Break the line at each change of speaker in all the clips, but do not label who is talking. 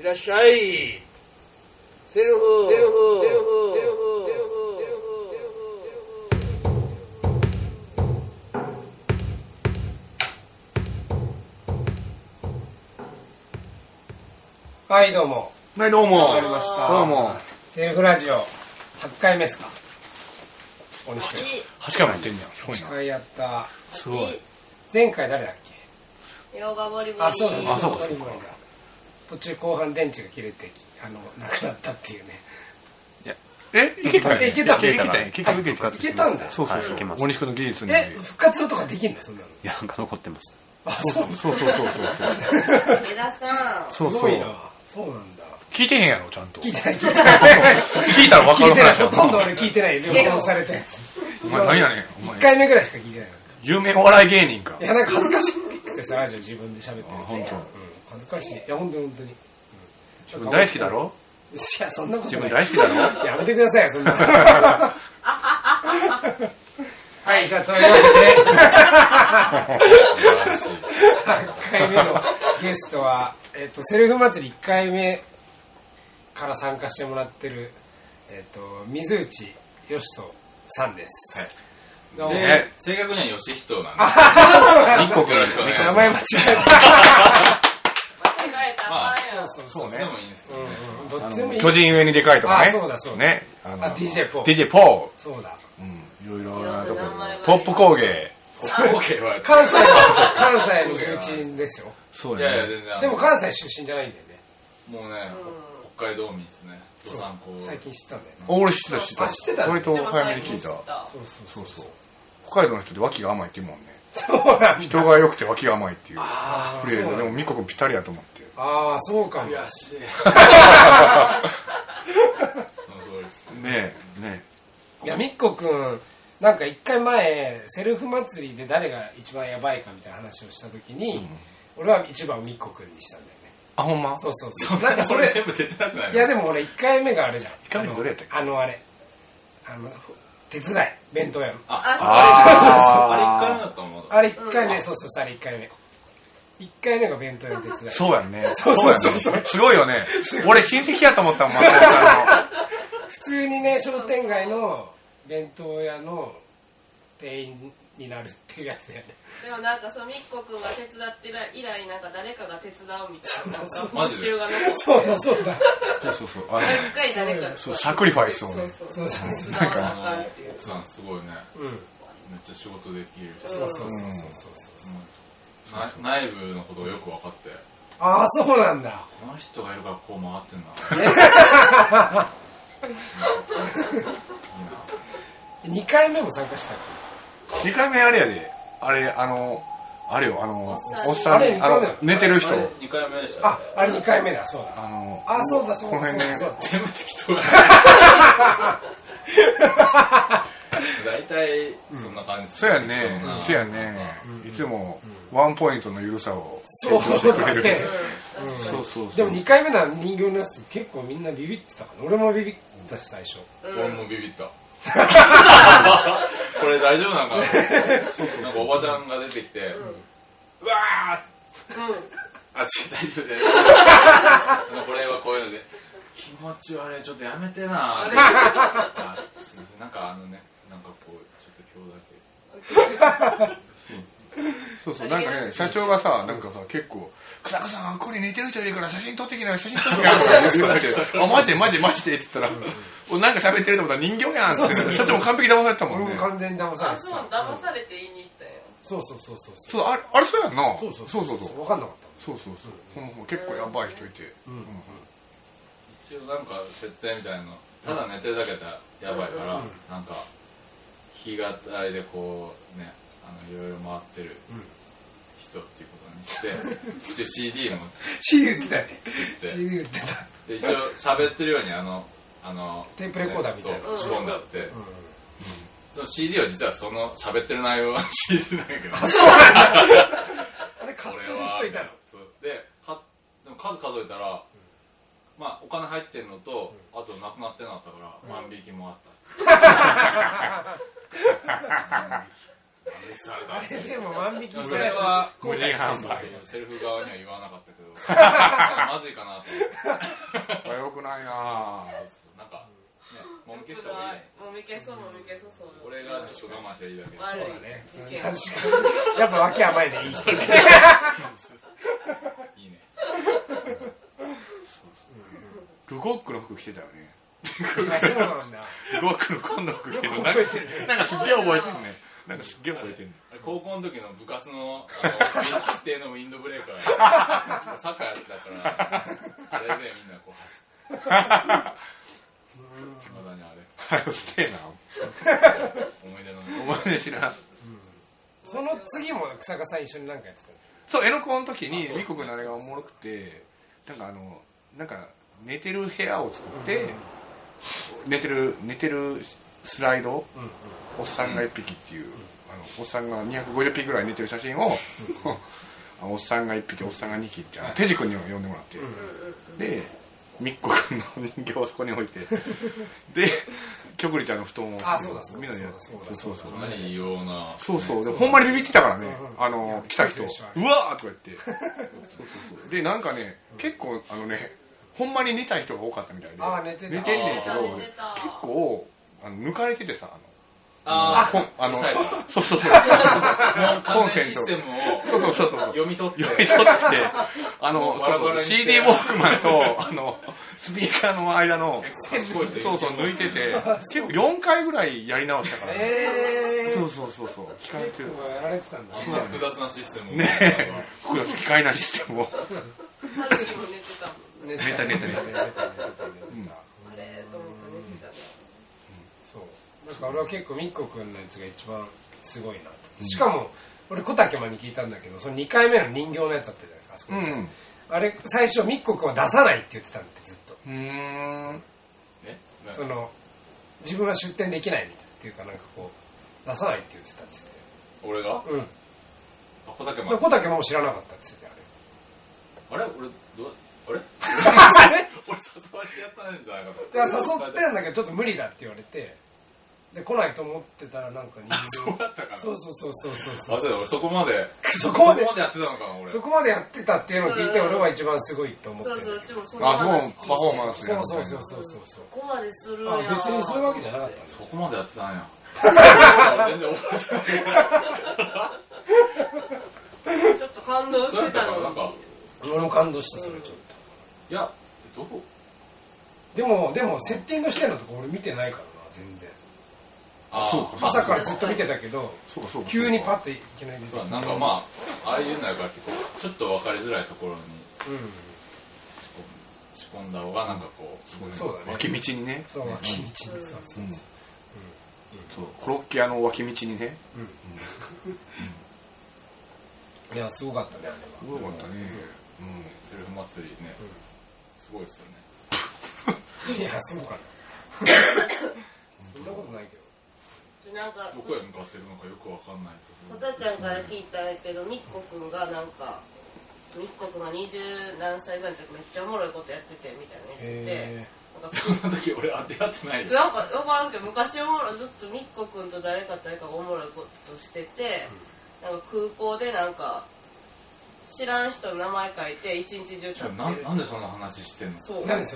いらっしゃいセルフセルフセルフセルフセルフ
はいどうも
はい、どうも。
わかりました
どうも。
セルフラジオ8回目ですかおにし
8回もやってんじゃん。すごい
8。回やった
すごい。
前回誰だっけ
ヨガボリボリ
あそうだね
あそうかそう
だ途中後半電池が切れてきあのなくなったっていうね
え、いけた
えいけた
いけたね。結局いけ
復
た。
活
いけたんだ
そうそうそう。
はいいけます
大西君の技術に。
え復活とかできんのそんなの
いや、なんか残ってます。
あそう
そうそうそうそうそう。
江田さん
そう
す
そ
ごいうな。そうなんだ
聞いてへんやろ、ちゃんと。
聞いてない聞いてない
聞いたら分か
聞い
る
てない
話
ほ
だ
とんど
な。
俺聞いてない旅行されたやつ
お前何やねん、
1
お前。
回目ぐらいしか聞いてない
有名お笑い芸人か
い。やなんか恥ずかしくてさラジオ自分で喋ってるし
本当
うん恥ずかしいいや本当に本当に
自分大好きだろ
いやそんなこと
自
ない
分大好きだろ
やめてくださいよ、そんな。はい、じゃあ、というわけで、8回目のゲストは、えっと、セルフ祭り1回目から参加してもらってる、えっと、水内義人さんです。
はい
どうも。
え正確には吉人な
そうな
んで
ん
す
だ
よろしくお願いしま
名前間
す
違
間
え
違えた
まあ
あかんやん
た。
そうねでもいいんですけどね
うんどっちでもいい。
巨人上にでかいとかね。
あそうだそうだ
ね。あ
あ
の、
DJ ポー。
DJ ポ
そうだ。
ー。いろいろなとこ
名前が
ポップ工芸。
オーケーは
関西の、関西の重鎮ですよ。
そう
いやいや
やね。
全然あの
でも関西出身じゃないんだよね。
もうね北海道民ですね土産港
最近知ったんだよね。
俺知ってた知ってた。
あ知ってたね
割と
一番
早め
最
に聞
近
い
知
た
っ。
そうそ
そう
そ
う
う。
そう。北海道の人って脇が甘いって言うもんね。
そうなんだ。
人が良くて脇が甘いっていう
あ
フ
ー
レー
そうなん
ズ。で
だ
も、ミコ君ぴったりやと思って。
あー、そうかも。
悔しい その通りです
ねえ、ね
いや、みっこくん、なんか一回前、セルフ祭りで誰が一番やばいかみたいな話をしたときに、俺は一番をみっこくんにしたんだよね。
あ、ほんま
そうそうそう。なんかそ
俺
れ、
全部出てなくな い
いやでも俺一回目があれじゃん。一
回目どれやったっ
あのあれ。あの、手伝い、弁当屋の。
あ
あれ一回目だったもんまだ
あれ一回目、そうそうそう、あれ一回目。一回目が弁当屋の手伝い。
そうやね。
そうそうそう
やねすごいよね。俺親戚やと思ったもん、松本さ
普通にね商店街の弁当屋の店員になるっていうやつだよね
そうでもなんかそうみっこくんが手伝ってる以来なんか誰かが手伝うみたいななんか
マ
報
ジで
酬が残って
そうだそうだ
んの。そうそうそう。あの、
毎回誰かが
そう、サクリファイスを
そ
ね
う。そう
そうそうそう
なん
あ
か
の奥さんすごいね
うん
めっちゃ仕事できる人
そうそうそうそうそう
な内部のことをよく分かって
ああそうなんだ
この人がいるからこう回ってんだ
2回目も参加したっ
2回目あれやで。あれ、あの、あれよ、あの、おっさ
あれ二
ん、あ
回目
の、寝てる人。
2回目でし
け
た
ああれ2回目だそうだ
あの、
ああそうだそう
この
だそう
辺ね
だそうだ
全部適当だ大体そんな感じです
そうやね、そうやね。いつも、ワンポイントの緩さを提 供して
そう
く
だ
れる。
ね
そうそう
で
そう
も。2回目の人形のやつ結構みんなビビってたから俺もビビったし最初
俺もビビった これ大丈夫なん かななんかおばちゃんが出てきてうわーっあ違う大丈夫 だよあのこれはこういうので気持ち悪いちょっとやめてなーってあすいませんなんかあのねなんかこうちょっと今日だけ
そうそう、なんかね、社長がさ、なんかさ、結構、草子さん、これ寝てる人いるから写真撮ってきな、写真撮って きな、って 言われて、あ、マジでマジでマジでって言ったら、おなんか喋ってると思ったら人形やんって言って、社長も完璧に騙されてたも
俺
ん
も
ね。
完全に騙さ
あ
れて
そう
た
騙されて言いに行ったよ
そうそうそうそうそ
そう、あれ、あれそうやんな。そうそうそう。そうそう
分かんなかっ
そう。ほんほん結構やばい人いて。
一応なんか設定みたいなのただ寝てるだけだったらやばいから、なんか日がたりでこうねあのいろいろ回ってる人っていうことに して一応 CD も
た CD 売ってたよね
作って
CD 売ってた
で一応喋ってるようにあのあの
テープレコーダーみたいな
そう仕込んであって、その CD は実はその喋ってる内容は CD なんやけど
あれ買って
これ
る
は
人いたの
そうでかでも数数えたら、まあお金入ってんのと、あとなくなってなかったから万引きもあった、無視された
あれでも万引きし
そ
た
れ
や
は
つ
無人販売
セルフ側には言わなかったけどなんかまずいかなと思って
それよくないな
そうそうなんかねもみ消した方がいいね
もみ消そうもみ消そうそう
俺がちょっと我慢していいだけで
悪
だね
い事件
やっぱ脇甘いねいい人ね
いいね
ルゴックの服着てたよね
あそうなんだ
ルゴックの紺の服着てるなん
覚えてる
かなんかすっげえ覚えてるねなんかすっげえ覚え てるね
あれ高校の時の部活のあの指定のウィンドブレーカーサッカーやってたからあれでみんなこう走ってまだにあれ
はよステーな
思い出の
お前ね知らん
その次も草加さん一緒になんかやってた
そう、エノコの時に
あそう
ミコ君のあれがおもろくてなんかあのなんか寝てる部屋を作って、寝てる寝てるスライド、おっさんが1匹っていう、あのおっさんが250匹ぐらい寝てる写真を、あ のおっさんが1匹おっさんが2匹ってあの手治君にも呼んでもらって、でみっこ君の人形をそこに置い てできょくりちゃんの布団を
あそうだそうだ
みんなでやって
そうだそうだ
そうそう
何言いような
そうそう、でもほんまにビビってたからね、あの来た人、う
び
わ
っくりして
ーとか言って、そうそうそうで、なんかね、結構、あのね、ほんまに寝た人が多かったみたいで、
あー寝てた
寝てんねんけど、
寝て
結
た
構あの、抜かれててさ、
あ
あの、ほんあの
最後
そうそうそう、
もう
コ
完
ンセ
全
ン
シ
ト
ステムを
そうそうそうそう、
読み取って
読み取って、あ
も
の、
う
そう
バラバ
そう
ラにして
CD ウォークマンと、あの、スピーカーの間の、
結構賢い人いる
そうそう、抜いてて、結構4回ぐらいやり直したから、ね、
え
そうそうそうそう、聞かれてる。
やられてたんだ
そうだね
複雑なシステムを
ねえ、この機械なシステムを。
ハルキも寝てたもん
寝てた寝てた寝てた寝てた
あれと思って寝てたね
そうなんか俺は結構みっこくんのやつが一番すごいなってしかも俺小竹間に聞いたんだけどその2回目の人形のやつあったじゃないですかあそこ
う
に、
ん。
あれ最初みっこくんは出さないって言ってたんでずっと
うん。
えなん
そ
か
の自分は出店できないみたいなっていうかなんかこう出さないって言ってたって
俺が
言って
あ小竹
うん
ま
で小竹間も知らなかったって言ってあれ
あれ俺どうあれ 俺誘われてやったんじゃないか
で誘ってんだけどちょっと無理だって言われてで来ないと思ってたらなんか人
あそ
形
うだったかな
そうそうそうそうそう
あそうだ俺そこまで
そこまで
そこまでやってたのかな俺
そこまでやってたっていうのを聞いて
うん
俺は一番すごいと思って
そうそ
る
ううちもその
あ、そ
話聞
こ
いて
パフォーマンス
そ
や
う
みたい
そう
な
そうそうそうそう
ここまでするんや
あ別にそういうわけじゃなかったん
そこまでやってたんや全然覚えてない
ちょっと感動し
そうや
て
った
た
か
の
ななんか
だ俺も感動したそれちょっと
いやどこ
でもでもセッティングしてるのとか俺見てないからな全然
あ
そうか
朝からずっと見てたけど
そうか、そうか。
急にパッていきなり出て
ま
き
あ
て
なんかまあああいうのやから結構ちょっと分かりづらいところに
うん
仕込んだ方がなんかこう
そうだね
脇道にね。
そう脇道にさそうそうそう
そうコロッケ屋の脇道にね。
いやすごかったねあれは
すごかったね。うん。
セルフ祭りねすごいですよね
いや、そうかな。そ んなことないけど。
なんか
どこへ向かってるのかよく分かんない
ホ
とこ
タちゃんから聞いたけどみっこくんがなんかみっこくんが二十何歳ぐらいの時めっちゃおもろいことやっててみたいなの言ってて
え
なんか
そんな時俺当て合ってないです
なんか 分からんけど昔おもろいずっとみっこくんと誰か誰かがおもろいことしてて、なんか空港でなんか知らん人の名前書いて一日中立
ち
っ
ょ
てる
ななんでそんな話してんの
そう
ー、
なん
何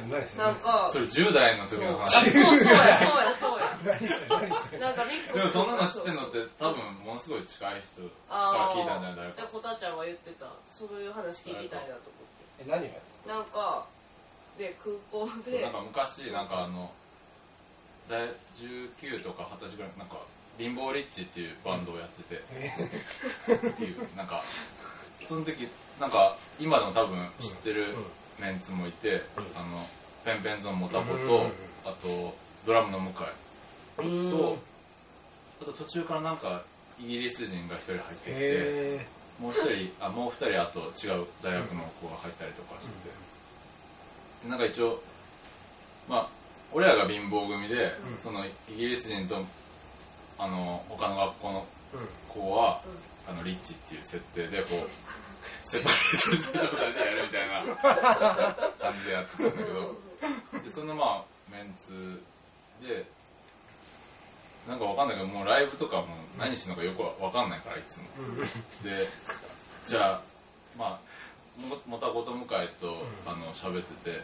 か
それ、何それ。
なんか
それ10代の時の
あそ
話
うそうやそうやそうや
何それ、何それ。
なんかみっこく
で
ん
もそんなの知ってんのって多分ものすごい近い人から
あ
聞いたんじゃない誰
で
か
こたちゃんが言ってたそういう話聞きたいなと思って。
え、何をやって
なんかで空港で
なんか昔なんかあの大19とか20歳ぐらいなんかリンボーリッチっていうバンドをやってて、っていうなん かその時なんか今の多分知ってるメンツもいて、あのペンペンズのモタコと、
うんうんうん
あとドラムの向井
たの
と、あと途中からなんかイギリス人が一人入ってきて。
へ
もう一人あもう二人あと違う大学の子が入ったりとかしてて、でなんか一応まあ俺らが貧乏組で、
うん
そのイギリス人とあの他の学校の
ぇー。うん。
子は、あのリッチっていう設定でこうセパレートした状態でやるみたいな 感じでやってたんだけどでそのまあメンツでなんかわかんないけどもうライブとかも何してんのかよくわかんないからいつもでじゃあまあももたごと向かいとあの喋ってて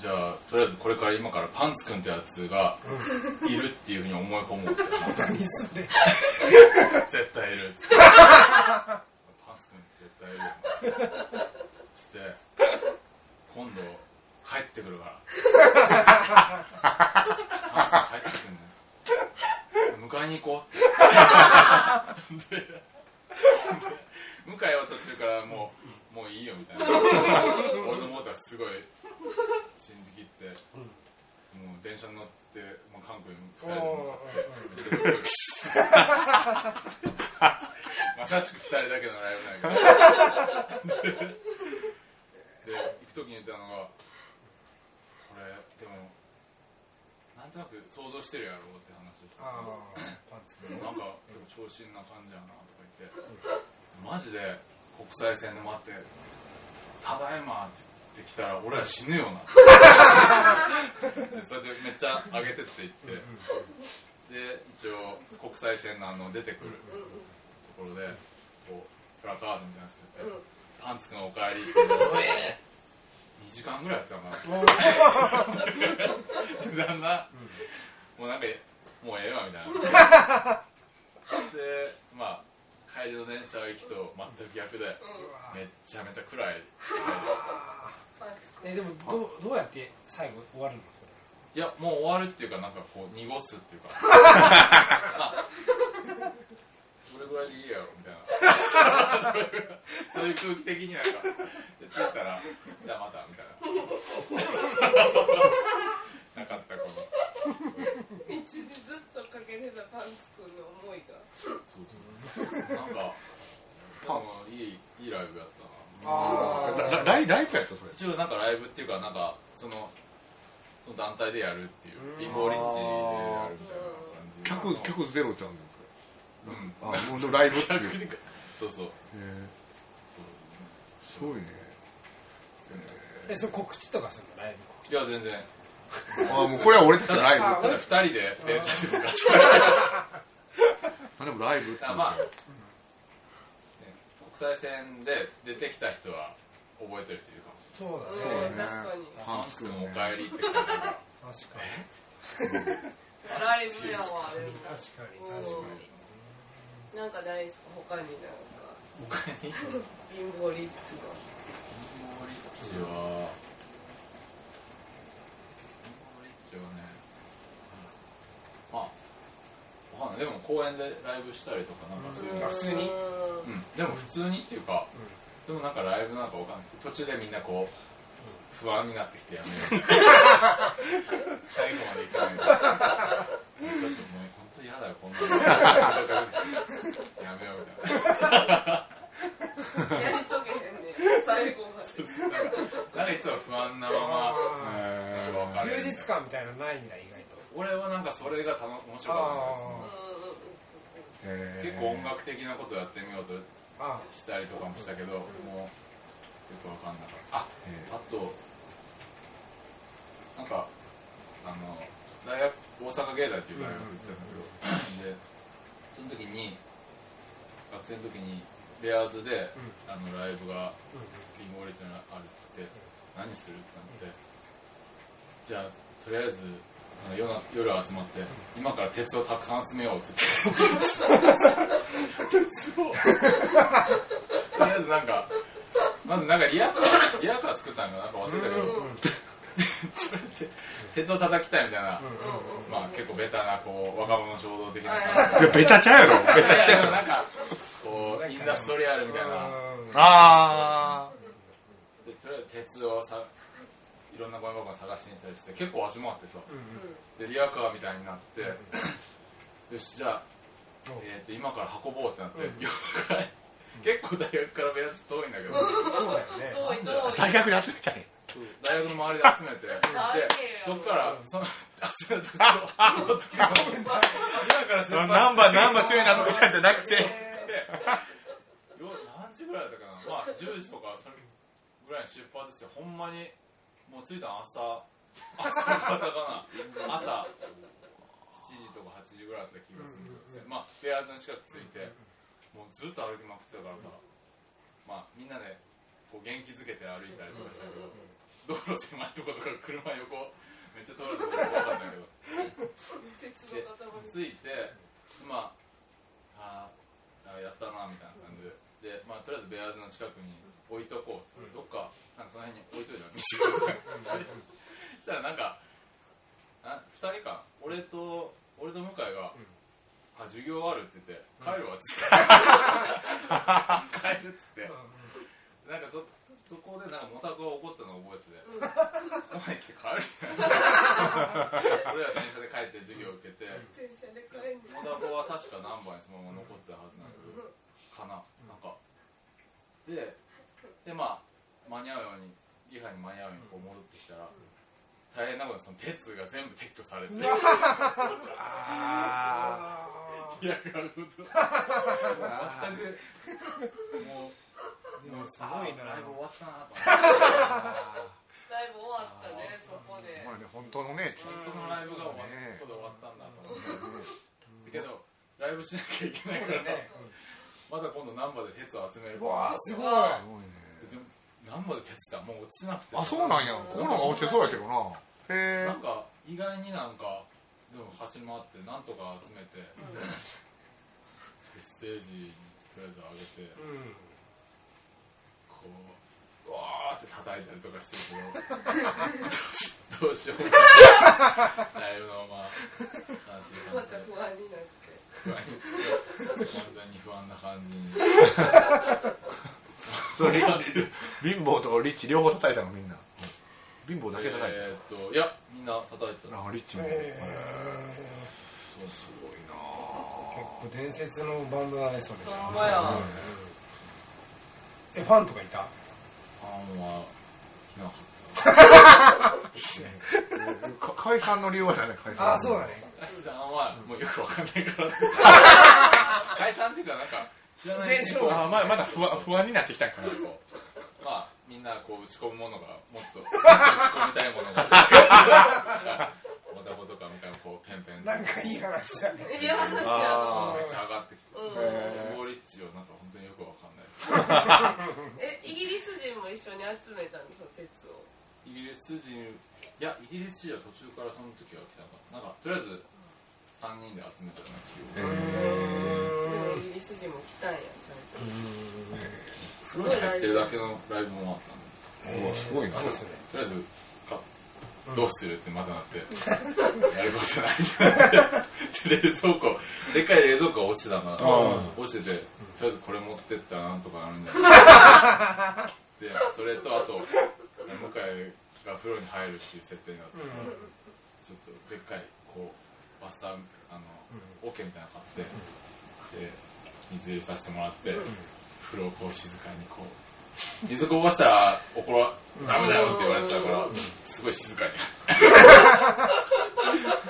じゃあとりあえずこれから今からパンツくんってやつがいるっていうふうに思い込もうって絶対いるパンツくん絶対いるそして今度帰ってくるからパンツ帰ってくんね迎えに行こうってで向井は途中からもうもういいよみたいな俺のモーターすごい信じきって、もう電車に乗って、まあ、韓国に2人で向かってめっちゃドキドキしてまさしく2人だけのライブなんやけどでで行く時に言ったのがこれでもなんとなく想像してるやろうって話をして
あーパンツくん
なんか結構調子な感じやなとか言って、マジで国際線で待って「ただいま」って来たら俺ら死ぬよなでそれでめっちゃ上げてって言ってで一応国際線のあの出てくるところでこうプラカードみたいなやつで
うん
「パンツくんおかえり」って2時間ぐらいやったのかなで だんだんもうなんかもうええわみたいなでまあ帰りの電車は行きと全く逆でめっちゃめちゃ暗い
えでもどうどうやって最後終わるの
いやもう終わるっていうかなんかこう濁すっていうかあこれぐらいでいいやろみたいな そういうそういう空気的になんかで着いたらじゃあまたみたいななかったこの
道にずっとかけてたパンツくんの思いが
そうそうなんかでもいいいいライブやったな
あ
ララライライブやったそれ
一応なんかライブっていうかなんかそのその団体でやるっていう貧乏リッチでやるみたいな感
客
じ
客ゼロじゃん
うん
あ もうライブっていう
客
へ
でそうそう
えすごいね
えそれ告知とかするのライブ
いや全然
あもうこれは俺たちのライブ
あ
ただ二人で電車で向かって
あでもライブって
あまあ、ね国際線で出てきた人は覚えてる人いるかもし
そうだね
うん確かに
パンツ
れ
くん
ない「お
ね
かえり」って書いてある
確
から
かに
ライブやわでも
確かに
うん
確か
なんかないですか他になんか 貧乏リッチの
貧乏リッチは貧乏リッチはねまあわかんないでも公園でライブしたりとかなんかそういう、
ん普通に
うん
うんでも普通にっていうか、
ん
それもなんかライブなんかわかんないけど途中でみんなこう不安になってきてやめよう最後までいかないとちょっともう本当嫌だよこんなのやめようみたいな
やり遂げへんね最後まで
なんかいつも不安なま
あ
ま
ー
なんか別れ
充
るみたいな
実感みたいなのないんだ意外と
俺はなんかそれがたの面白か
あ
った
へ
ん
え
です結構音楽的なことやってみようと
あ
したりとかもしたけどもうよくわかんなかったあ
へ
あとなんかあの大学大阪芸大っていう大学行ったんだけど、でその時に学生の時にレアーズで、あのライブがリンゴオレンジのあるって言って何するってなってじゃあとりあえずあの夜な夜集まって今から鉄をたくさん集めようって言って鉄をとりあえずなんかまずなんかリアカーリアカー作ったんかなんか忘れたけど、それで鉄を叩きたいみたいな、まあ結構ベタなこう若者衝動的な感じ
えベタちゃうやろベタ
でもなんかこうインダストリアルみたいな。
うん
あ
でとりあえず鉄をさいろんなゴミ箱を探しに行ったりして結構集まってさ、でリアカーみたいになって、よしじゃあ、えー、と今から運ぼうってなって、夜から結構大学からベース遠いんだけど
そうだよね
遠い遠い
大学に集めたね
大学の周りで集めてでそっからその集めた 鉄を持ってきて今から出
ナン
発
バーナンバー周囲なとこたんじゃなくて
よ何時ぐらいだったかなまあ10時とかそれぐらいに出発してほんまにもう着いたの朝朝方かな朝時とか8時ぐらいだった気がするんだけど、まあフェアーズの近く着いてもうずっと歩きまくってたからさ、まあみんなでこう元気づけて歩いたりとかしたけど、道路狭いところから車横めっちゃ通るのが怖かったんだけど
鉄
で
の塊
ついてまああーやったなみたいな感じでで、まあ、とりあえずベアーズの近くに置いとこう、どっかなんかその辺に置いといたら道が そしたらなんかあ2人か俺と俺と向井が、あ授業があるって言って帰るわっつ って、帰るっつって、なんかそそこでなんかモタクが怒ったのを覚えてて「お前来て帰る」って俺ら電車で帰って授業受けて、
電車で帰ん
モダコは確か何番にそのまま残ってたはずなんだけどかななんかででまあ間に合うようにリハに間に合うようにこう戻ってきたら大変なことにその鉄が全部撤去されていやなるほど全くもう
でもすごい
あだいぶ終
な
わったなと思って
ライブ終わったねそこで
まあね、本当のね、
本当のライブが終わったことで終わったんだと思ってだけどライブしなきゃいけないからまた今度難波で鉄を集める
わあすごい
でも何まで鉄ってあんま落ちてなくて
あ、そうなんや。コーナーが落ちてそうやけどな。へ
なんか意外になんかでも走り回ってなんとか集めて、ステージにとりあえず上げて
うん
こううわーって叩いたりとかしてるけどどうしどうしようもないライブのまあ悲しい
ま
感
た不安にな
じで
って
不安に完全に不安な感じ
え。
に
それ、貧乏とリッチ両方叩いたの、みんな。貧乏だけ叩い
えーっといやみんな叩いてた
た。あ、リッチも。
え
そうすごいな
ー結構伝説のバンドだねそれ
ほんまや
えファンとかいた
あんま来なかった
か解散の理由はない解散。
ああそうだね。
解散はもうよくわかんないからって解散っていうかなんか知らない人
あーまあまだ不安不安になってきたんかな
まあみんなこう打ち込むものがもっともっと打ち込みたいものがもたもとかみたいなこうペンペン
なんかいい話だね
いや話や
めっちゃ上がってきて
のうん
ウォーリッチをなんか本当によくわかんな
え
い
イギリス人も一緒に集めたんですよ鉄を
イギリス人いやイギリス人は途中からその時は来たのかななんかとりあえず3人で集めたような記憶
でもイギリス人も来たんやちゃんとすごいラ
入っ
イ
てる
ブ
だけのライブもあったんで
うわすごいな。
そうですね
とりあえずかどうするってまたなって、やることないってなってで冷蔵庫でっかい冷蔵庫が落ちてたから、落ちててとりあえずこれ持ってったらなんとかなるんじゃないでそれとあと向井が風呂に入るっていう設定になって、ちょっとでっかいこうバスターあの桶みたいなの買って、で水入れさせてもらって、風呂をこう静かにこう。水こぼしたら怒らダメだよって言われてたからすごい静かに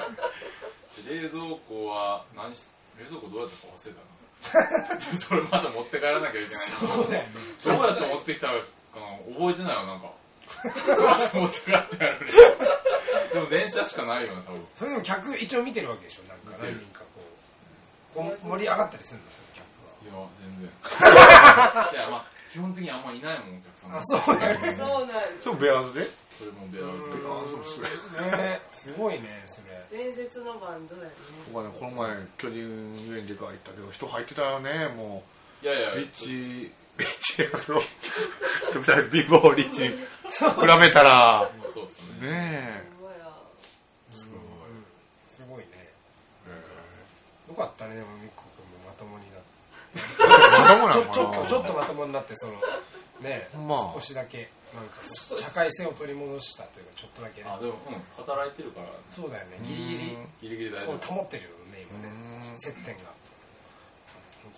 冷蔵庫は何し冷蔵庫どうやったか忘れたな それまだ持って帰らなきゃいけない
そうだよね
どうやって持ってきたか覚えてないよなんかどうやって持って帰ってやるねでも電車しかないよな多分
それでも客一応見てるわけでしょなんか
見てる
何人かこうこう盛り上がったりするんだその
いや 全然いやまあ基本的にあんまいないもんお客さん
客はあ そうだよね
そうなんです
そう、ベアーズで
それもベアーズで
ねすごいねそれ
伝説のバンドやね
僕はね、この前、巨人遊園地から行ったけど、人入ってたよね、も
いやいや
う。リッチ、リッチ、あの、でもさ貧乏リッチに比べたら、
そうですね
ね
ほんまや
すごいねよかったねでもみっこくんもまともになって
え、まともな
ちょ
のかな
ちょっとちょっとまともになってそのね
ほんま
少しだけなんか社会性を取り戻したというかちょっとだけね
あでもうん働いてるから
そうだよねギリギリ
ギリギリ大
こ
丈夫
う保ってるよね今ね接点が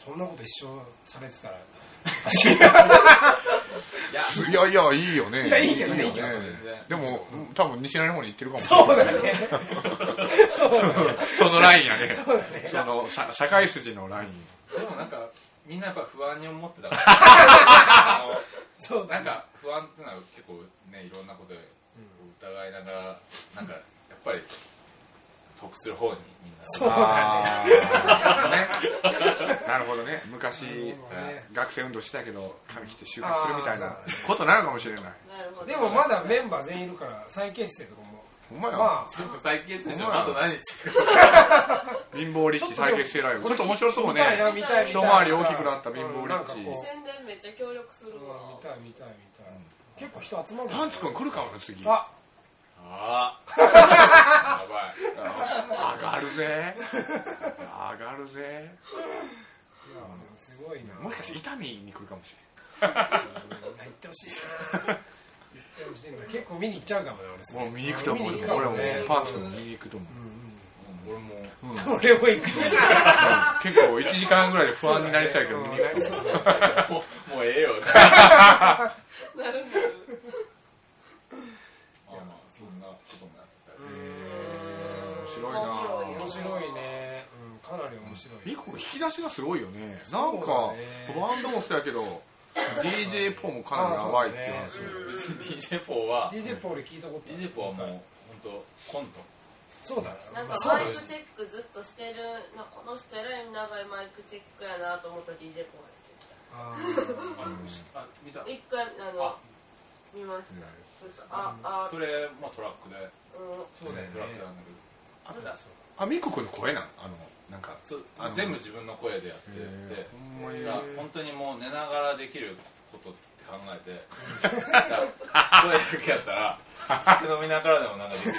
そんなこと一生されてたら
いや
いや
いや、いいよね。
いやいいけどねいいけど
よ
ね
でも、多分西成の方に行ってるかもしれ
そう
ない。
だねそうだね
そのラインやね。
そうだね
その、さ社会筋のライン。
でもなんかみんなやっぱ不安に思ってたからあ
そう
のな
だ
ん
ね
か不安ってのは結構ねいろんなことを疑いながらなんかやっぱり得する方にみんな
そうだね
ねなるほどね昔
ね
学生運動してたけど髪切って就活するみたいなことになるかもしれない
なるほど
でもまだメンバー全員いるから再結成とかも
ほんまや、
まあ
最近でしょあと何してるか
貧乏リッチ対決してライブちょっと面白そう
見たいな
ね
見たい見たい
一回り大きくなった貧乏リッチ
うんなんかこ
宣伝めっちゃ協力する
ううん
わ
見たい見たい見たい結構人集まる
パンツくん来るかもね次上
あ
ああやばい
がるぜ上がるぜ
いやでもすごいな
もしかして痛みに来るかもし
行ってほしいな行ってほしいな結構見に行っちゃうかもね俺そ
れな
れ
いもう見に行くと思う
見に行くか
俺
も
も
ね
パンツくん見に行くと思う
俺も
俺も行く
結構1時間ぐらいで不安になりそうやけど見に行くと思う
もうもうええよ
なるなる
まあまあそんなことになってたり
面白いな
面白いねうんかなり面白い
ミコ引き出しがすごいよねなんかバンドもそうやけど DJ ポもかなりやばいっていう話
あそう
別に DJ ポーは
DJ ポール聞いたことある
DJ ポーはもう本当コント
そうだね
なんか
そう
マ
だね
イクチェックずっとしてるなこの人えらい長いマイクチェックやなと思ったら DJ ポールって
あ
ああ見た
言ってた一回あの
あ
見ましたそれとああ
それまあトラックで
う
そうだよね
トラックなんだけ
ー
ど
そうだそう
あミコ君の声なんあのなんか
そう
あの
全部自分の声でやってて
ほんまに
だから本当にもう寝ながらできることって考えてだから声だけやったら酒飲みながらでもなんかできるし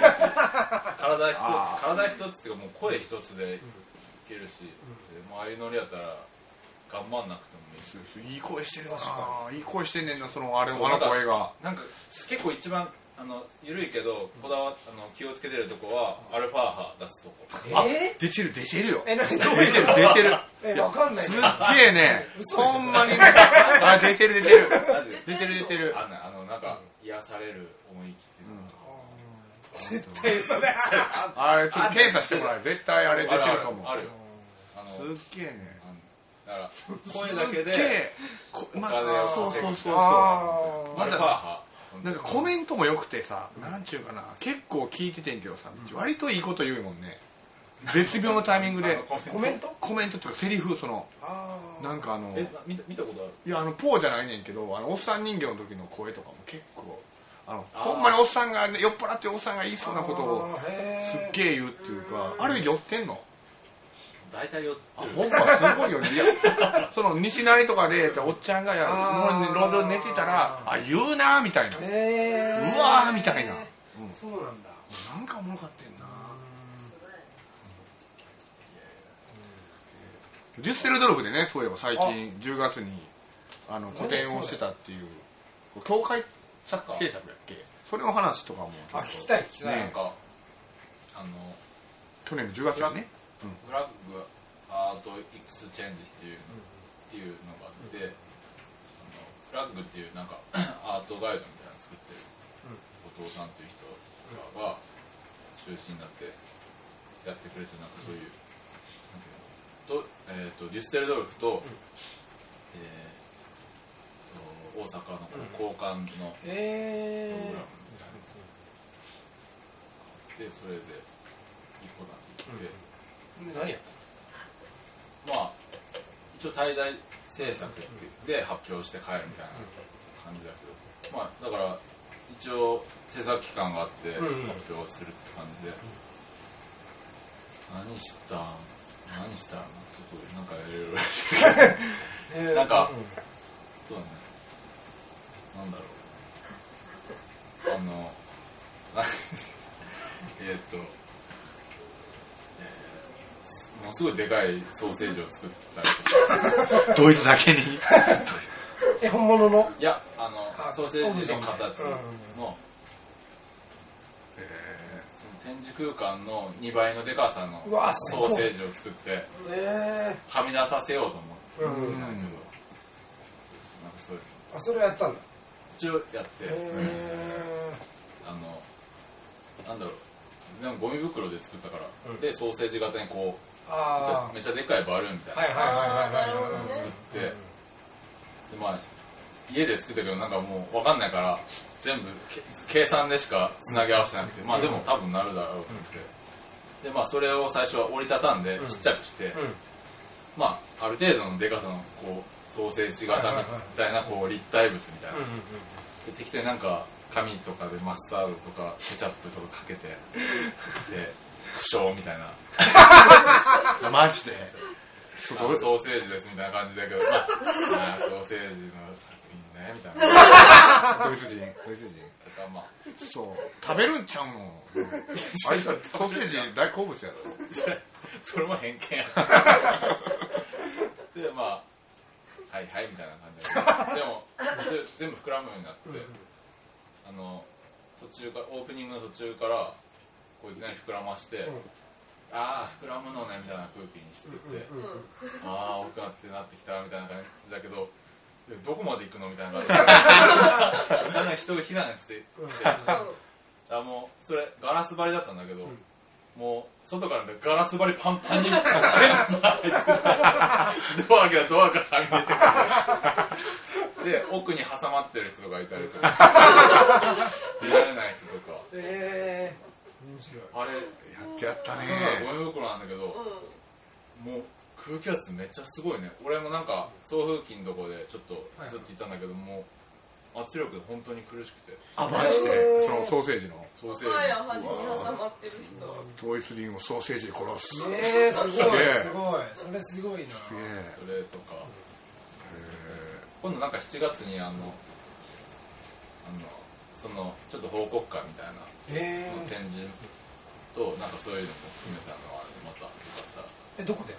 体一つ
あ
体一つっていうかもう声一つでいけるし、でもうああいうノリやったら頑張んなくてもいいし
そうそういい声してるなあいい声してんねんなそのあれあ
そう
の声が
なんか結構一番あの緩いけどこだわあの気をつけてるとこはアルファ波出す とこ
あ
え
出てる出てるよ
ーえなんかどう
出て
い
る
う
出てる
えわかんない
す
け
っ
ど
げえね
嘘でしょ
ほんまにねあ出てる出てる
マジで出てる出てるあのあのなんか癒される思い切っていうのとか
絶対嘘だ
あれちょっと検査してもらえ絶対あれ出てるかも
あるあるあ
す
の
っげえね
だから声だけ
すっげ
で
えこま
お金を
そうそうそうそう
あ
まだハー
なんかコメントも良くてさ、なんちゅうかな、結構聞いててんけどさ、割といいこと言うもんね。絶妙のタイミングで、
ーコメント
コメントっていうかセリフ、その、
あー
なんかあの、
え
い
見た見たことある
や、あの、ポーじゃないねんけど、あの、おっさん人形の時の声とかも結構、あの、
あー
ほんまにおっさんが、酔っ払っておっさんが言いそうなことを、
あーへ
す
ー
っげえ言うっていうか、あれ酔ってんの
大体よ
あ、ほんま、すごいよね。いや、その、西成とかで、おっちゃんが、いやその路上で寝てたら、あ、言うなーみたいな。う
えー
わーみたいな。
そうなんだ
なんかおもろかってんなデュッセルドルフでねそういえば最近10月にあの個展をしてたっていう教会作家制作やっけそれの話とかもち
あ
ょっ
聞きたい聞きたい、
なんかあの
と去年の10月だね
フラッグアートエクスチェンジっていうっていうのがあってあのフラッグっていうなんか アートガイドみたいなの作ってるお父さんっていう人が中心になってやってくれてなんかそういうなんていうのと,、えー、とデュッセルドルフと,、えーと大阪のこの交換のプログ
え
ラムみたいなでそれで一個なってきて。
ー、何やっ
まあ一応滞在政策で発表して帰るみたいな感じだけど、まあ、だから一応制作期間があって発
うんうん
表するって感じで、何した何したのちょっとなんかいろいろ
た、えー
なんか
う
そうだねなんだろうあの なえーっと、えーものすごいでかいソーセージを作ったりとか
ドイツだけに
え本物の
いやあの
あ
ソーセージの
オブ
形
ジェみたい
の、
なうん
その展示空間の2倍のでかさの
うわす
ソ
ごい
ーセージを作って
え
はみ出させようと思
ー、う
って
ん
なんだけど、
うん
そうそうなんかそういう
あそれやったんだ
の一応やって、
えー、
あのなんだろうでもゴミ袋で作ったから、
うん
でソーセージ型にこう
あ
めっちゃでかいバルーンみたい
あ
な
はいはいはいはい
なるほど
はい
ね
作って、でまあ家で作ったけどなんかもう分かんないから全部け計算でしかつなぎ合わせてなくて、まあでも多分なるだろうと思って、でまあそれを最初は折りたたんでちっちゃくして、
ん
まあある程度のでかさのこうソーセージ型みたいなこう立体物みたいな、
うんうんうん
で適当になんか紙とかでマスタードとかケチャップとかか けてで苦笑みたいな
マジで
あのソーセージですみたいな感じだけど、まあ、 まあソーセージの作品ねみ たいな
ドイツ人ドイツ
とかまあ
人そう食べるんちゃう のあいつはソーセージ大好物やろ
それ それも偏見やでまあはいはいみたいな感じででもぜ全部膨らむようになってあの途中からオープニングの途中からこういきなり膨らまして、ああ膨らむのねみたいな空気にしてって、ああ大きくなってなってきたみたいな感じだけどでどこまで行くのみ たいな感じでだんだん人が避難していって、あもうそれガラス張りだったんだけど、もう外からねガラス張りパンパンに全部入ってるドアがドアがはみ出てくるで奥に挟まってる人とかいたりとか見られない人とか
えー、面白い
あれ
やってやったね
だからゴミ袋なんだけど、もう空気圧めっちゃすごいね俺もなんか送風機のとこでちょっと
はい
ずっといたんだけどもう圧力で本当に苦しくて
あマジでそのソーセージの
ソーセー
そう
ジ
や端に挟まってる人
ドイツ人をソーセージで殺すすげえ
えー、すごい
げえ
すごいそれすごいな
それとか今度なんか7月にあのあのそのちょっと報告会みたいな
え
の
ー、
展示となんかそういうのも含めたのがあるんでまたよかったら
えどこで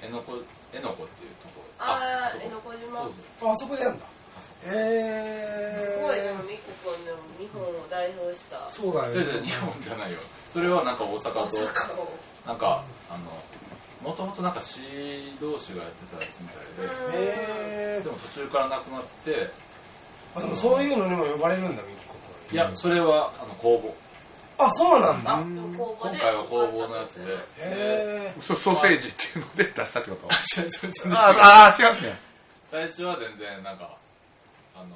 えのこえのこっていうところ
あ
そ
ーえ
こ
のこ島
あ
そう
あそこでやるんだえ
すごいでも
ー、
みっこくんでも日本を代表した
そうだよ
そう
ね
違う違う日本じゃないよそれはなんか大阪となんかあのもともとなんか市同士がやってたやつみたい
え
ででも途中からなくなって
ー、あでもそういうのにも呼ばれるんだみっこくん
いやそれはあの公募
あそうなんだ
公
今
募で
回は公募のやつでで
へえ
そソーセージっていうので出したってこと
違う違う違う違う
ああ違うね
最初は全然なんかあの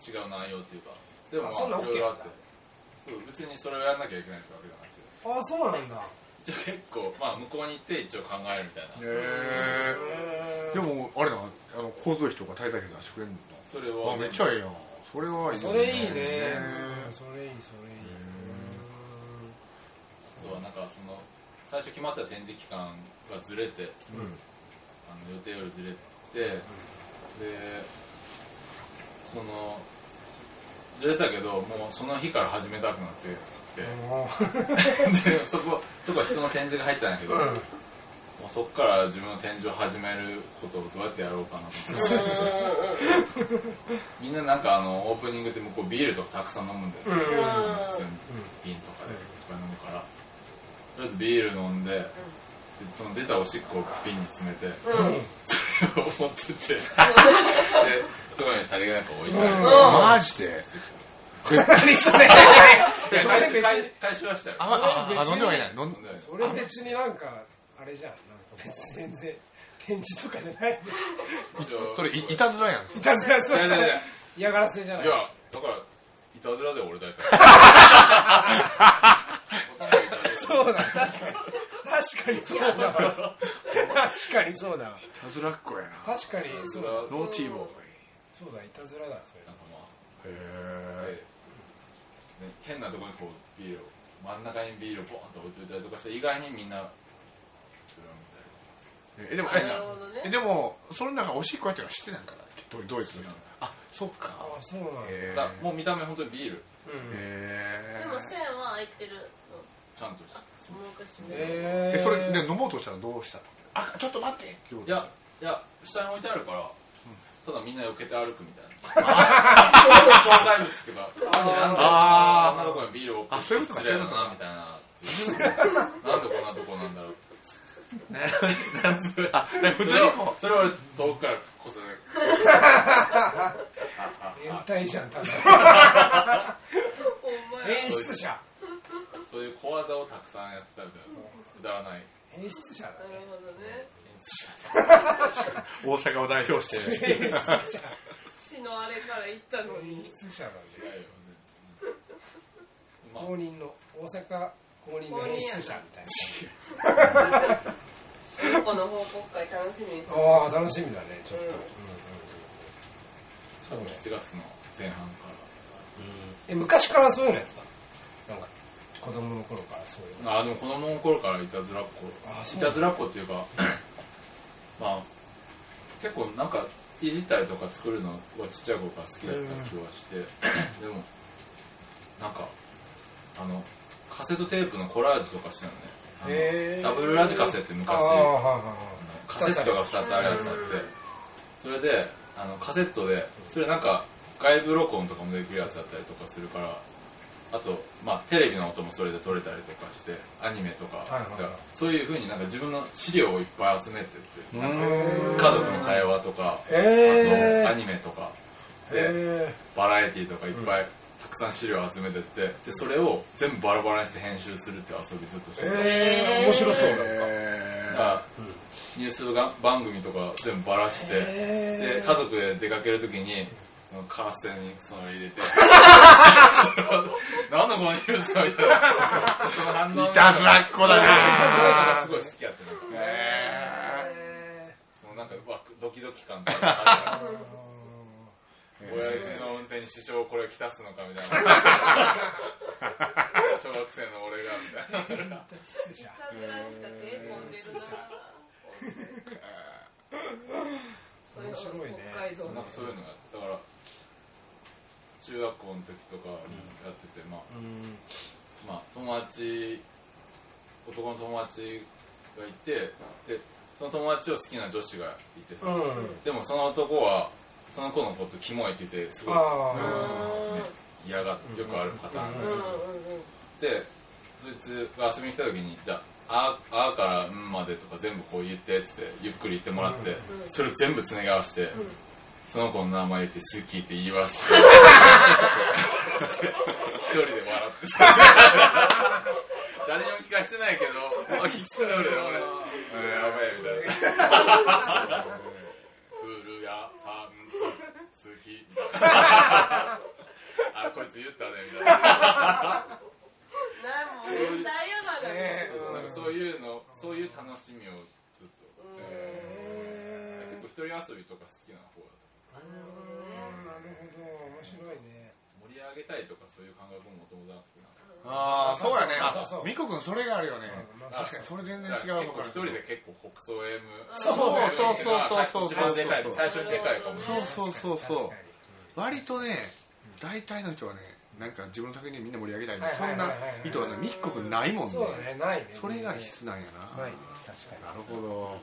違う内容っていうかでも
あそんな
まあいろいろあっ
OK
てそう別にそれをやんなきゃいけないってわけじゃ
あ
なくて
あそうなんだ
一応結構まあ向こうに行って一応考えるみたいな
へ
え
えでもあれだなあの交通費とか滞在費出してくれるの
それ
あ
を
めっちゃええやんそれはいい
それいいね
ね
うんそれいいそれいい
あとはなんかその最初決まった展示期間がずれて、あの予定よりずれて、でそのずれたけどもうその日から始めたくなって
う
き
んも
て、 でそこそこは人の展示が入ってたんだけど、
う
もうそこから自分の展示を始めることをどうやってやろうかなと思ってみんななんかあのオープニングって向こうビールとかたくさん飲むんだよ、
うんうん
普通に瓶とかでいっぱい飲むからとりあえずビール飲んで,、でその出たおしっこを瓶に詰めて、それを持ってってでそこにさりげなく置いてある
マジで
いや回収回回収はしたよ
あああ飲んではいない飲ん
飲んで
俺別になんかあれじゃんなんか別に全然展示とかじゃない
一応
それいい
い
たずらやん
いたずらす
やい
る
やいや
嫌がらせじゃない
いやだからいたずらで俺だよお互いいたず
そうだ確かに確かにそうだわ確かにそうだわ
たずらっ子やな
確かにそうだ
ら
ノーティーボー
そうだいたずらだそれ
なんかま
イへ
あ、
え
でね変なところにこうビールを真ん中にビールをポンと置いといたりとかして意外にみんなそれを見たり
えでも
なるほど
え
ね
でもその中おしっこやってるのは知ってたんかなドイドイツ
知らん
あそっか
あそうなんだ
へ
だからもう見た目本当にビール
うん
え
でも線は開いてるの
ちゃんとし
もう昔も
え
えそれで飲もうとしたらどうしたのあちょっと待ってって
いやいや下に置いてあるからただみんな避けて歩くみ たいな障害物っていうかなんであんなとこにビールを置
あそういうことか
失礼だなみたいな なんでこんなとこなんだろう
あ普
そ
通
れ
に
を
こ
それを俺遠くからこそね
変態じゃんただ
ほんまや
演出者
そういう小技をたくさんやってたみたいなくだらない
演出者だ
なるほどね
う大阪を代表して
演出者
死のあれから行ったのに
演出者だし
違いよねまあ
公認の大阪公認の演出者みたい
その子の報告会楽しみにして
なああ楽しみだねちょっと、
うん
うんうんそうね
7月の前半から
え昔からそういうのやってたなんか子供の頃からそういうの
あでも子供の頃からいたずらっ
あ
子
そう
いたずらっ子っていうか まあ結構なんかいじったりとか作るのはちっちゃい頃から好きだった気は して、でもなんかあのカセットテープのコラージュとかしてるの
へー
ねあのダブルラジカセって昔
ああはいはいはい
カセットが2つあるやつあってそれであのカセットでそれなんか外部録音とかもできるやつだったりとかするからあとまあテレビの音もそれで撮れたりとかしてアニメとか、
いはいはい
そういうふうになんか自分の資料をいっぱい集めてってなんか
へ
家族の会話とか、
へー
あとアニメとかで
え
バラエティとかいっぱい、たくさん資料集めてってでそれを全部バラバラにして編集するって遊びずっとしてた
え面白そうなんか
だからニュースが番組とか全部バラして、で
へ
家族で出かけるときにそのカーセンにそれ入れ て何のこのニュースみたいなその反応
いたずらっ子だ
が
な
すごい好きやってなんか
え
そのなんかわドキドキ感とか親父の運転に支障をこれをきたすのかみたいな 小学生の俺がみたいな
たずらにした手込んでるなそれを
面白いね
北海道
なんかそういうのがだから中学校の時とかやってて、まあ
うん
まあ、友達男の友達がいてでその友達を好きな女子がいてさ、
うん
でもその男はその子のことキモいって言ってすごい
あ
嫌がってよくあるパターン
うんうんうんうん
でそいつが遊びに来た時にじゃあ「あ」あから「ん」までとか全部こう言ってっつってゆっくり言ってもらって、それを全部つねがわして、その子の名前言って「好き」って言いわ して一人で笑ってさ誰にも聞かしてないけど「あ聞きそうだよ俺」俺「うんやばい」みたいな「古谷さん好き」みたいな「あこいつ言ったね」みたいな。
なんも変態やが
あ
な
ね
なんかそういうの、そういう楽しみをずっと。結構一人遊びとか好きな方
な
だっ
るほど面白いね
た。盛り上げたいとかそういう感覚ももともとなくてなんか
ああそうやね
そうそう
あミコ君それがあるよね
うんうん
確かにそれ全然違うのか
結構
ら
一人で結構北総 M。
そうそうそうそう
一番でかい
そうそうそう
最初にでかいかも。
そうそうそう
確か
そう割とね大体の人はねなんか自分の作品でみんな盛り上げたいみたいなそ
はい
ん
はい
な
はいはい
意図はねミコ君ないもん
に
ね
そうだねないね
それが必須なんやな
ないね確
な
か
るほど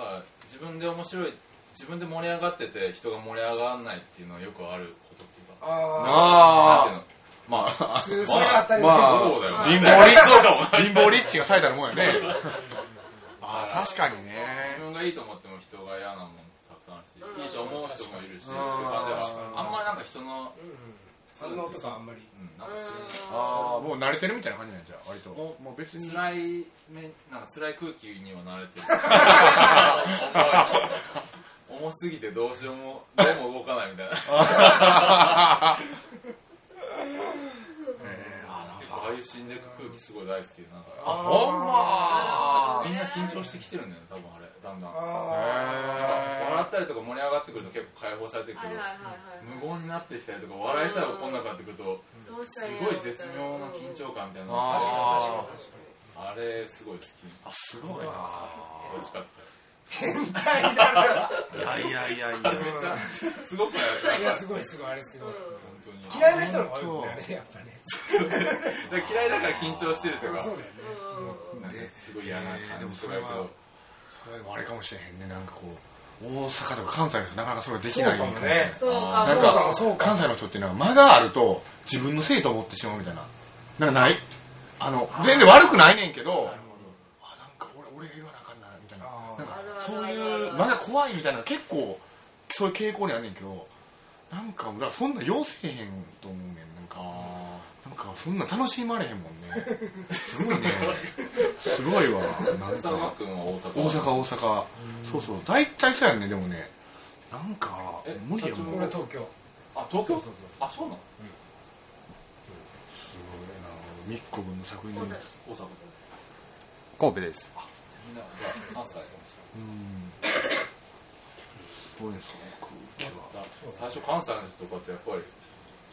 だから自分で面白い、自分で盛り上がってて人が盛り上がらないっていうのはよくあることっていうか。
にあ
な
あ
んていうのまあ、
あ普通それ当たり
まあ
そうだよね。
貧乏リッチかも貧乏リッチが最たるもんやね ああ確かに
自
ね
分がいいと思っても人が嫌なもんたくさんあるし、
うん
いいと思う人もいるし、って
ん
いう感じはあんまりなんか人の、
反応とかあんまり
うん、なんか
ああもう慣れてるみたいな感じなんじゃ割と
もう
もう別に
辛いめなんか辛い空気には慣れ てる重すぎてどうしようもどうも動かない みたいなあなんかああいう死んでいく空気すごい大好きでなんかあ
ほんま
みんな緊張してきてるんだよね多分あれだんだん
あ
笑ったりとか盛り上がってくると結構解放されてる
はい
け
はい
ど
はいはい
無言になってきたりとか笑いさえ起こんなくなってくると
どうしたら
す
いい
ご
の
い絶妙な緊張感みたいなのが
あー
あれすごい好き
あすごいな
どっちかって
いやいやいやいや
言ったらめっちゃすごくない
い
や
や
っぱ
すごいすごいあれすごい
本当に
嫌いな人の方が多いんだよねやっぱね
だから嫌いだから緊張してるとか
そうだよね
なんかすごい嫌な感じとかやけ
えーでも
ど
それもあれかもしれへんねなんかこう大阪とか関西の人なかなかそれはできないかもしれない
そう
な
か
ん
も
か関西の人っていうのは間があると自分のせいと思ってしまうみたいななんかないあの全然悪くないねんけどあなんか俺俺が言わなあかんなみたいな
あー
なんか
あるある
そう
ある
い
あ
う
る
間が怖いみたいな結構そういう傾向にあんねんけどなんかだからそんなん要せえへんと思うねんなんかなんかそんなん楽しまれへんもんねすごいねすごいわなん
佐野
か
君は大阪
大阪大阪そうそう大体そうやんねでもねなんか
え
無理やもん
社
こ
長
れ東京
あ東京
そうそう
あそうなの
すごいなみっこ君の作品です
大阪で
神戸です
みんなが関西
どうですか空気は
だ最初関西の人とかってやっぱり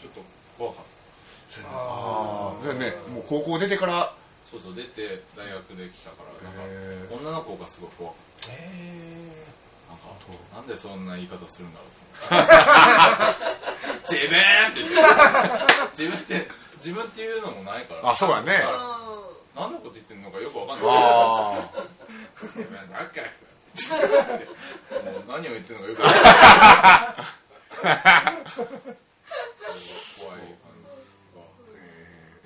ちょっと怖かった
ああだよねもう高校出てから
そうそう出て大学で来たからなんか
へ
女の子がすごい怖かっ
え
たなんかなんでそんな言い方する んだろう自分って言って自分って自分っていうのもないから
あそうやね
だから何のこと言ってんのかよくわかんない
ああ
自分なんかもう何を言ってるのかよくわかんないそう怖い感
ー、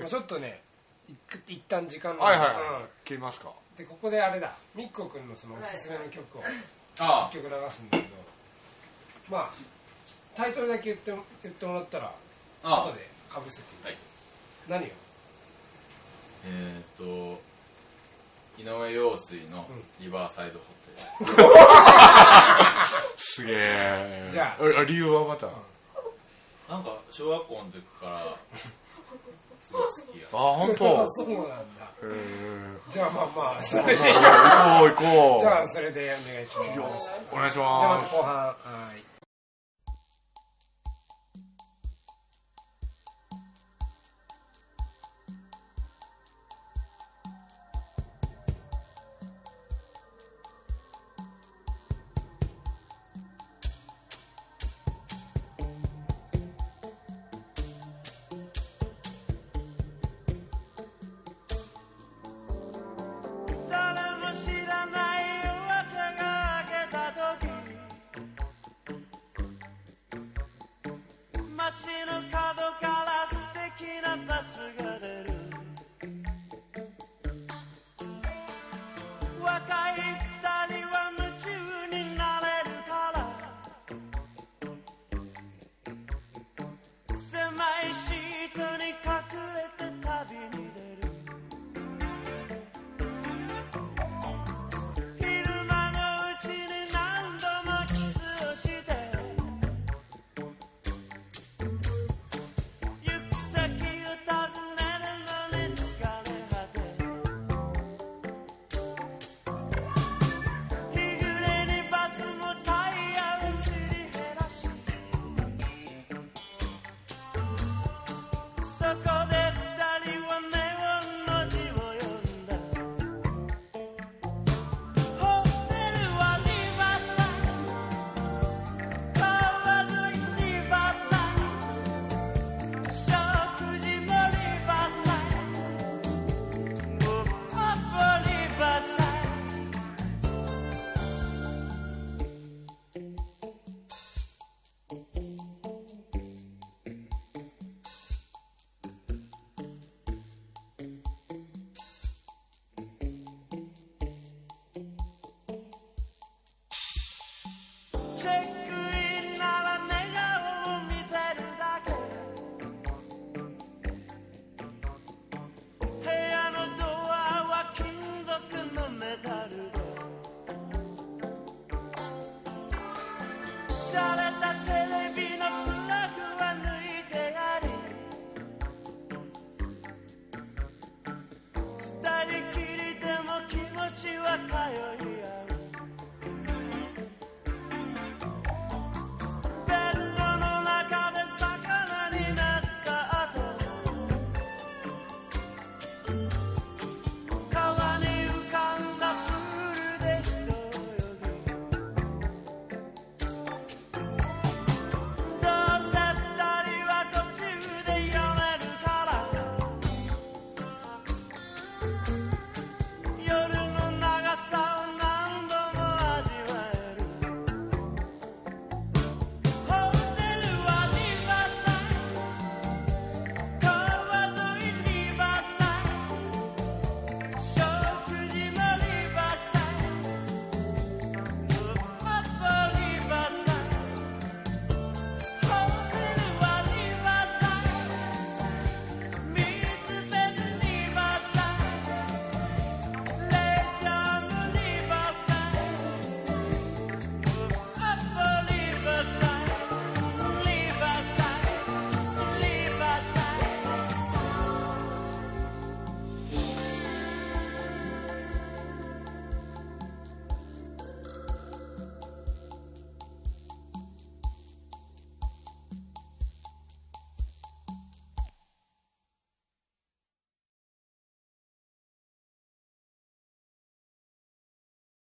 まあ、ちょっとねいく一旦時間なんで
はいはいはい切りますか
うんでここであれだみっこくんのそのおすすめの曲を
じがああ
一曲流すんだけどまあタイトルだけ言っても言ってもらったら
ああ
後でかぶせて
はい
何を
えー、っと井上陽水のリバーサイドホテル、
すげえ
じゃ
あ理由はまたあ
なんか小学校の時からすごい好きや
本当
あ そうなんだ
へ
じゃあまあまあそれで
え行こう行こう
じゃあそれでお願いしますじ
お願いし
ゃあま
ま
た
す
後半はい
誰も知らない夜明けが明けた時街の角から素敵なバスが出る若い二人は夢中になれるから狭いシートに隠れて旅に出る昼間のうちに何度もキスをして行く先を尋ねるのに疲れ果て日暮れにバスもタイヤをすり減らしそこで二人はネオンの字を読んだホテルはリバーサイド川沿いリバーサイド食事もリバーサイドご飯もリバーサイドチェック